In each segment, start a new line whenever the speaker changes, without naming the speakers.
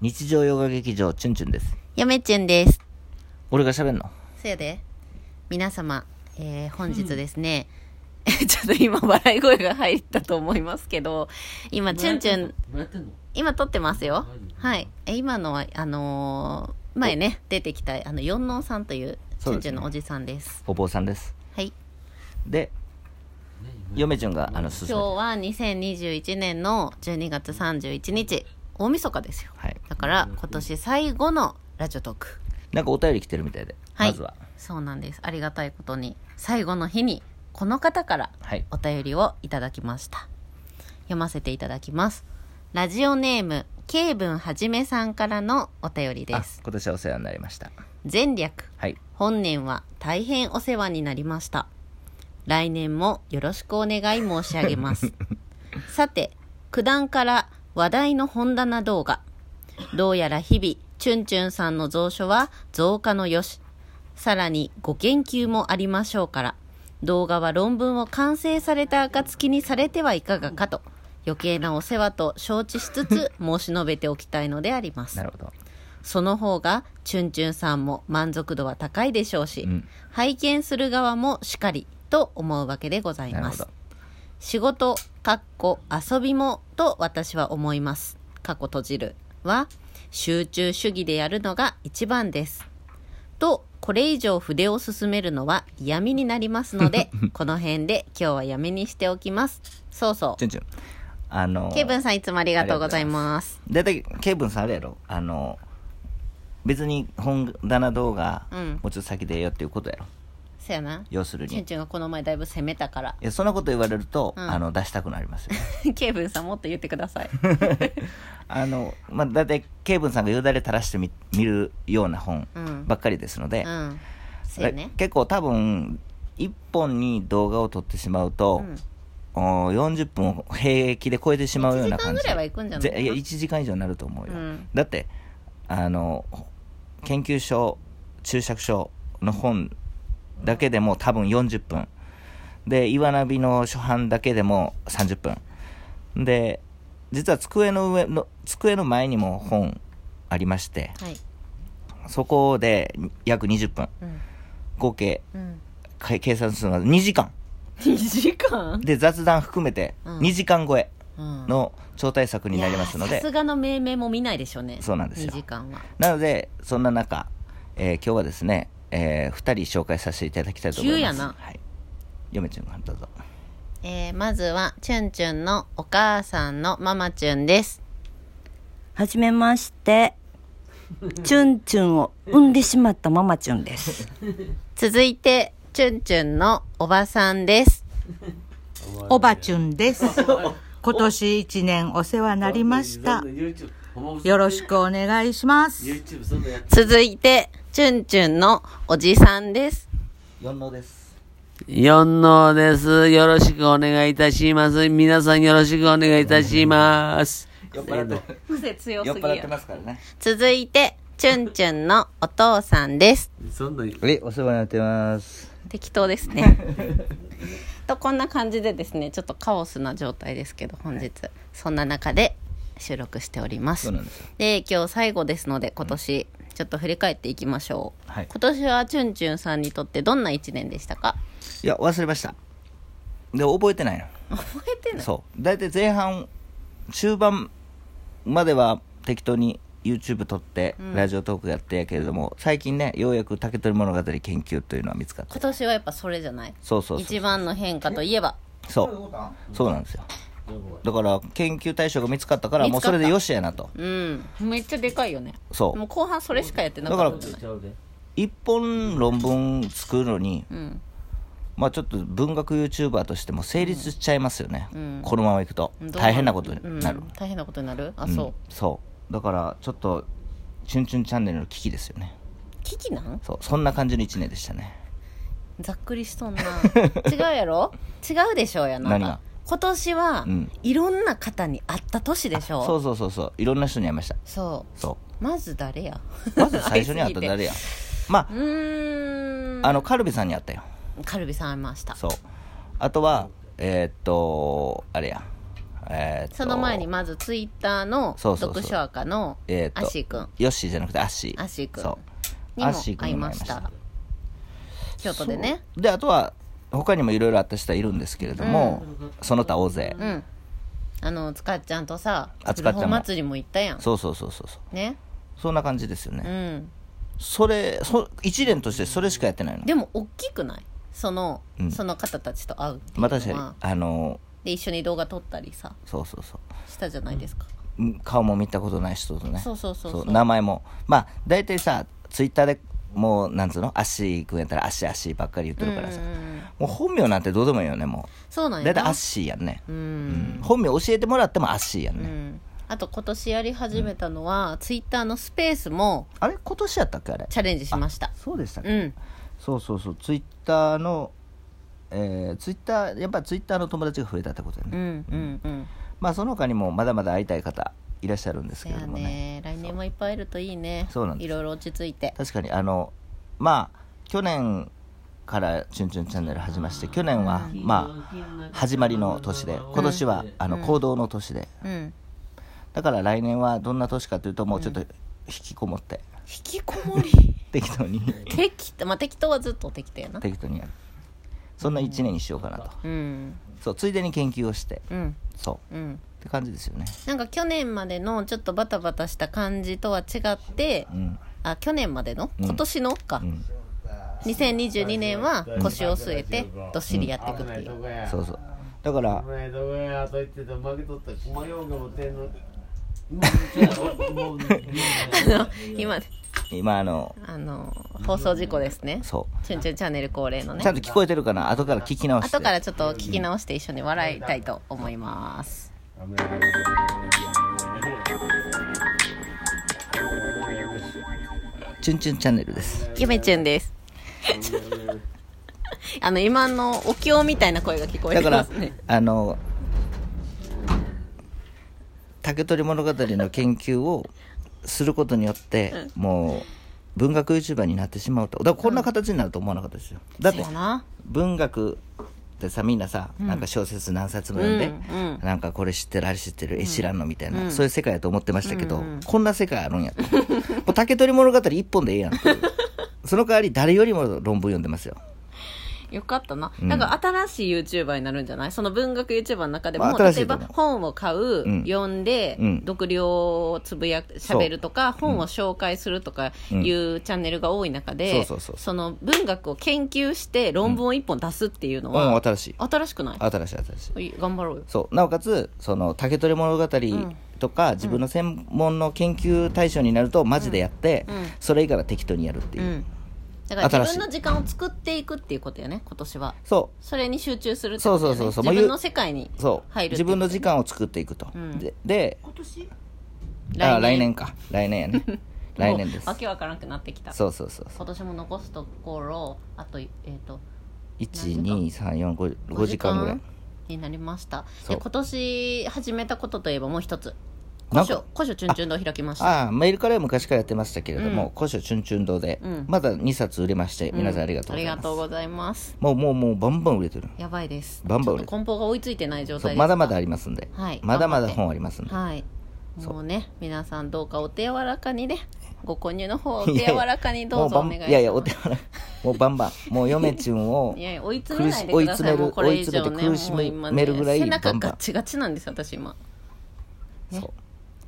日常ヨガ劇場チュンチュンです
やめちゅんです。
俺が喋んの
そやで。皆様、えー本日ですね、 ちょっと今笑い声が入ったと思いますけど、今、チュンチュン、
もらってんの
今撮ってますよ
マジ。
はい。え、今のは、あのー前ね、出てきた、あの、四能さんという、チ
そうですね
ュンチュンのおじさんです。
お坊さんです
はい。
で嫁ちゃんがあの進めて
今日は2021年の12月31日、大晦日ですよ。
はい
だから、今年最後のラジオトーク。
なんかお便り来てるみたいで、
はい
まずは
そうなんです。ありがたいことに、最後の日に、この方から
はい
お便りをいただきました。読ませていただきます。ラジオネーム、ケイブンはじめさんからのお便りで
あ
す。
今年はお世話になりました
前略、
はい
本年は大変お世話になりました。来年もよろしくお願い申し上げます。さて、九段から話題の本棚動画。どうやら日々、チュンチュンさんの蔵書は増加のよし。さらにご研究もありましょうから、動画は論文を完成された暁にされてはいかがかと、余計なお世話と承知しつつ申し述べておきたいのであります
な。るほど
その方がチュンチュンさんも満足度は高いでしょうし、
うん
拝見する側もしかりと思うわけでござい
なる
ま
ほ
す
ど
仕事かっこ遊びもと私は思います過去閉じるは集中主義でやるのが一番ですとこれ以上筆を進めるのは嫌味になります のでこの辺で今日はやめにしておきますそうそ
チュンチュンあの
うケイブンさんいつもありがとうございます
だいたいケイブンさんあれやろあの別に本棚動画、
うん
もうちょっと先でええよっていうことやろ
そやな
要する
チュ
に
ンチュンがこの前だいぶ攻めたから
いやそんなこと言われると、
うん
あの出したくなりますよ
ケイブンさんもっと言ってください。
あの、まあ、だいたいケイブンさんがよだれ垂らしてみ見るような本
うん。
ばっかりですので、
うん。そうよね。
結構多分1本に動画を撮ってしまうと、おー40分を平気で超えてしまうような感じ
1時間ぐらいは行くんじゃないかな
ぜや1時間以上になると思うよ、
うん
だってあの研究所注釈書の本だけでも多分40分で岩波の初版だけでも30分で実は机の上の机の前にも本ありまして
はい。
そこで約20分
うん。
合計
うん。
か計算するのが2時間
2時間
で雑談含めて
うん
2時間超え
うん
の超大作になりますの
いや
で
ーさすがの命名も見ないでしょうね。
そうなんですよ
2時間は。
なのでそんな中、えー今日はですね、え2人紹介させていただきたいと思います
急やな
はい、嫁ちゃんがどうぞ
えー、まずは、チュンチュンのお母さんのママチュンです。
はじめまして。チュンチュンを産んでしまったママチュンです。
続いて、チュンチュンのおばさんです。
おばちゅんです。今年一年お世話になりました。よろしくお願いします。
YouTube そんなやつ
続いて、チュンチュンのおじさんです。
四郎です
四能です。よろしくお願いいたします。皆さんよろしくお願いいたします。
酔っ払って
癖強
酔っ払ってますからね
続いて、チュンチュンのお父さんです。
そんな
えお世話になってます
適当で すねとこんな感じでですねちょっとカオスな状態ですけど本日そんな中で収録しております
そうなんですよ
で今日最後ですので今年ちょっと振り返っていきましょう、
はい
今年はチュンチュンさんにとってどんな1年でしたか
いや忘れましたで覚えてないの
覚えてない
そう大体前半中盤までは適当に YouTube 撮って、ラジオトークやってやけれども最近ねようやく竹取物語研究というのは見つかった
今年はやっぱそれじゃない
そうそうそう
一番の変化といえば
そうそうなんですよだから研究対象が見つかったから
見つ
も
か
う
っ
そ
た
れでよしやなと
うんめっちゃでかいよね
そ
もう
う
後半それしかやってなかったんじゃない
一本論文作るのに、
ん
まあちょっと文学 YouTuber としても成立しちゃいますよね、このままいくと
どう
大変なことになる、
うん大変なことになるあ、
うん
そう
そうだからちょっと「チュンチュンチャンネル」の危機ですよね
危機なん
そうそんな感じの1年でしたね
ざっくりし とんな違うやろ違うでしょうやな
何が
今年は、
うん
いろんな方に会った年でしょ
そうそうそうそういろんな人に会いました
そ
そう
まず誰や
うまず最初に会った誰やま
うーん
ああのカルビさんに会ったよ
カルビさん会いました
そうあとはえーっとあれやえーっと
その前にまずツイッターの
そうそうそう
読書赤のア
えーっと
ッシーくん
ヨッシーじゃなくてアッシー
アッシーくん
そう
に
ア
も
ッシーくん
会い
にも
ま
会いま
し
した
た京都でね
であとは他にもいろいろ私たちはいるんですけれども、その他大勢、
うんあのつかっちゃんとさ
あつかっちゃんも
古本祭りも行ったやん
そうそうそうそうそう
ね
そんな感じですよね、
うん
それそ一年としてそれしかやってないの
でも大きくないその、
うん
その方たちと会うっていうの
まあ
は
確かにあの
で一緒に動画撮ったりさ
そうそうそう
したじゃないですか、
うん顔も見たことない人とね
そうそうそうそう
名前もまあ大体さツイッターでもうなんつうの「足いくんやったら「足足」ばっかり言ってるからさ、もう本名なんてどうでもいいよねも
そうな
うん
や
大体「
な
アッシー」やんね、
う
うんん本名教えてもらっても「アッシー」やん
う
ね、
んあと今年やり始めたのは、ツイッターのスペースも
あれ今年やったっけあれ
チャレンジしました
そうでしたっけ、
うん
そうそうそうツイッターのえー、ツイッターやっぱりツイッターの友達が増えたってことだよ
う
ね、
んうんうん
まあその他にもまだまだ会いたい方いらっしゃるんです
そ
けれ
や
どもね
ね来年もいっぱいいるといいね
そうなんです
いろいろ落ち着いて
確かにあのまあ去年から「チュンチュンチャンネル」始まして去年はまあ始まりの年で今年はあの行動の年で
うん
だから来年はどんな年かというともうちょっと引きこもって
引きこも り
適当に
適当まあ適当はずっと適当やな
適当にやるそんな1年にしようかなと
うん
そうついでに研究をして
うん
そう
うん
って感じですよね
なんか去年までのちょっとバタバタした感じとは違って
うん
あ去年までの
うん
今年のか、
うん
2022年は腰を据えてどっしりやっていくっていう、
そうそうだから
お前どこやあと言ってた負けとった駒用が持っ てんの
あの今
今あの
あの放送事故ですね
そ
「チュンチュンチャンネル」恒例の
うちゃ
ね
んと聞こえてるかな後から聞き直して
後からちょっと聞き直して一緒に笑いたいと思います
チュンチュンチャンネルです
ゆめちゅんです あの今のお経みたいな声が聞こえ
だ
て
か
ま
ら
すね、
あの、竹取物語の研究をすることによって、もう、文学 YouTuber になってしまうと。だからこんな形になると思わなかったですよ。だって
そう、やな
文学ってさ、みんなさ、なんか小説何冊も読んで、
うんうん
なんかこれ知ってる、あれ知ってる、え、知らんのみたいな、そういう世界やと思ってましたけど、こんな世界あるんやと。 もう竹取物語一本でええやんっていう。その代わり誰よりも論文読んでますよ。
よかったな、なんか新しい YouTuber になるんじゃないその文学 YouTuber の中でも、
まあ新し
例え
いと
ば
思う
本を買う、
ん
読んで、
うん
読量をつぶやくしゃべるとか本を紹介するとかいうチャンネルが多い中で、
うんそうそうそう
の文学を研究して論文を一本出すっていうの
うん、
は、
新しい。
新しくない
新しい、新しい。
頑張ろうよ
そうなおかつその竹取物語とか、自分の専門の研究対象になるとマジでやって、それ以外は適当にやるっていうう、
んだから
新しい
自分の時間を作っていくっていうことよね今年は
そ
それに集中するってことよね
そうそうそうそう
自分の世界に
うそう、
入るって
自
ことよ
分
ね
の時間を作っていくと、
ん
でで
来
あ
年
来年か来年や ね来年です
もうわけわからなくなってきた
そうそうそう
今年も残すところあとえっ、と
12345時間ぐらい
になりました
そう
で今年始めたことといえばもう一つ
なん
古
か
書古書チュンチュン堂開きました
ああメールからは昔からやってましたけれども「古書チュンチュン堂で」
ん
まだ2冊売れまして、皆さんありがとうご
あ
ざ
り
い
が
ます
とうございます
もうもうもうバンバン売れてる
やばいです
バンバン
ちょっと梱包が追いついてない状
そ
態
う
です
まだまだ
が
ありますんで、
はい
まだまだ本ありますんで
はいもうね皆さんどうかお手柔らかにねご購入の方お
い
手
やいや
柔らかにどうぞお願いしま
もうバ
す
ンいやいやお手柄もうバンバンもう嫁ちゅんを
いやいや追い詰め
苦
な
し
いで
追
く
い
ださ
詰め
いもう
る
こ
追
れ
い
以
詰
上
めて
ね
苦
もう
し
今
めるぐら
ね
い
背中
バンバ
ガッ
ン
チガチなんです私今
そう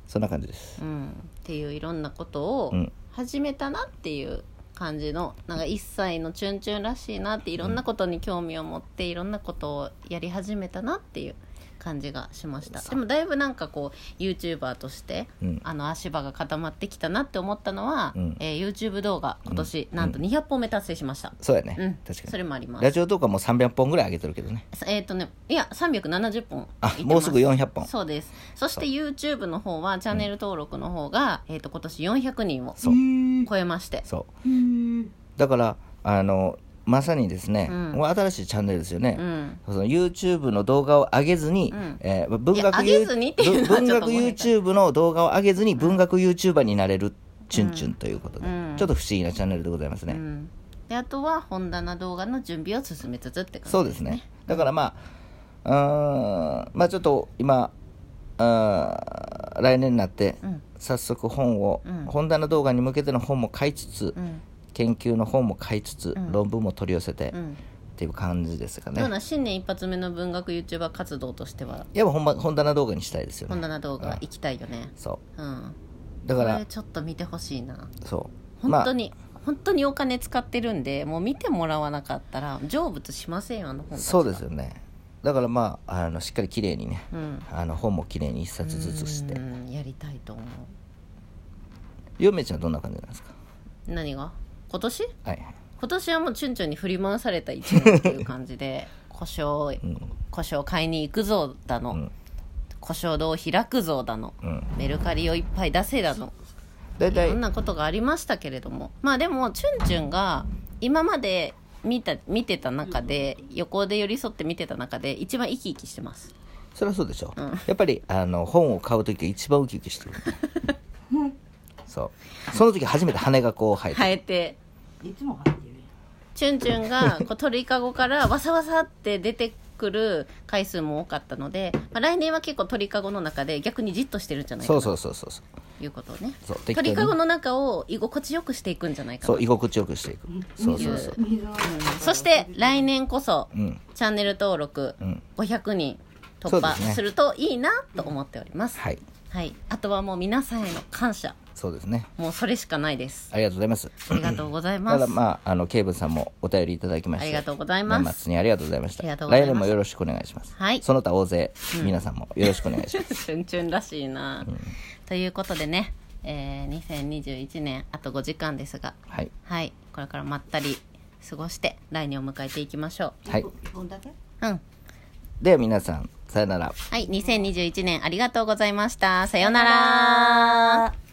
そんな感じです
うん、っていういろんなことを
うん
始めたなっていう感じのなんか一歳のチュンチュンらしいなっていろんなことに興味を持っていろんなことをやり始めたなっていう感じがしましたでもだいぶなんかこう YouTuber として、
うん
あの足場が固まってきたなって思ったのは、
うん
えー YouTube 動画今年なんと200本目達成しました、
そうやね、
うん
確
そ
か
れ
に
もあります
ラジオとかもう300本ぐらい上げてるけどね
さえっ、とねいや370本
あ
いてます
もうすぐ400本
そうですそして YouTube の方はチャンネル登録の方が、えっ、と今年400人を
そう
超えまして
そうだからあのまさにですね、
うん
もう新しいチャンネルですよね、
うん
その YouTube の動画を上げずに、
うん
えー文学
いや上げずにっていうのは
文
ちょ
学
っとごめんなさ
YouTube の動画を上げずに文学 YouTuber になれるチュンチュンということで、
うん
ちょっと不思議なチャンネルでございますね、
うんであとは本棚動画の準備を進めつつって感じ
そうですねだからまあうーんまあちょっと今あー来年になって、早速本を、本棚動画に向けての本も買いつつ、研究の本も買いつつ、論文も取り寄せて、っていう感じですかね。
どうなん新年一発目の文学 YouTuber 活動としては
やっぱ本番本棚動画にしたいですよね。
本棚動
う
画
ん
行きたいよね
そ
うん
う。だか
こ
ら
れ、ちょっと見てほしいな
そう。
本当
ま
に、本当にお金使ってるんでもう見てもらわなかったら成仏しませんよあの本た
あ、
ちは
そうですよね。だからまあ、あのしっかり綺麗にね、
うん
あの本も綺麗に一冊ずつして
う。んやりたいと思う
ゆめちゃんはどんな感じなんですか
何が今年
はい。
今年はもうチュンチュンに振り回された一年っていう感 じで故障、故障買いに行くぞだの、
ん
故障堂を開くぞだの、
ん
メルカリをいっぱい出せだの
大
い
体
ろん、なことがありましたけれどもまあでもチュンチュンが今まで見た見てた中で横で寄り添って見てた中で一番生き生きしてます
そりゃそうでしょ。やっぱり、あの、本を買うときが一番ウキウキ してる。そう。その時初めて羽がこう生えて。
生えていつも生えてるチュンチュンがこう鳥かごからわさわさって出てくる回数も多かったので、まあ、来年は結構鳥かごの中で逆にじっとしてるんじゃないか
そう
な
そ
と
うそうそうそう。
いうことをね
そう適当に
鳥かごの中を居心地よくしていくんじゃないか
そ
な
う、居心地よくしていく。そうそうそう。
そして来年こそ、
ん
チャンネル登録
ん
500人
そ
突
うで
破
すね
するといいなと思っております、
はい。
はい、あとはもう皆さんへの感謝
そうですね。
もうそれしかないです
ありがとうございます。
ありがとうござい
た
ま
だ
す、
まあ、あの、ケイブンさんもお便りいただきまして。
ありがとうございます
年末にありがとうございました。
ありがとうござい
来
ます
年もよろしくお願いします。
はい
その他大勢、皆さんもよろしくお願いします。
チュンチュンらしいな、ということでね、えー2021年あと5時間ですが
はい。
はいこれからまったり過ごして来年を迎えていきましょ
はい。
ううん
では皆さん、さよなら。
はい2021年ありがとうございましたさようなら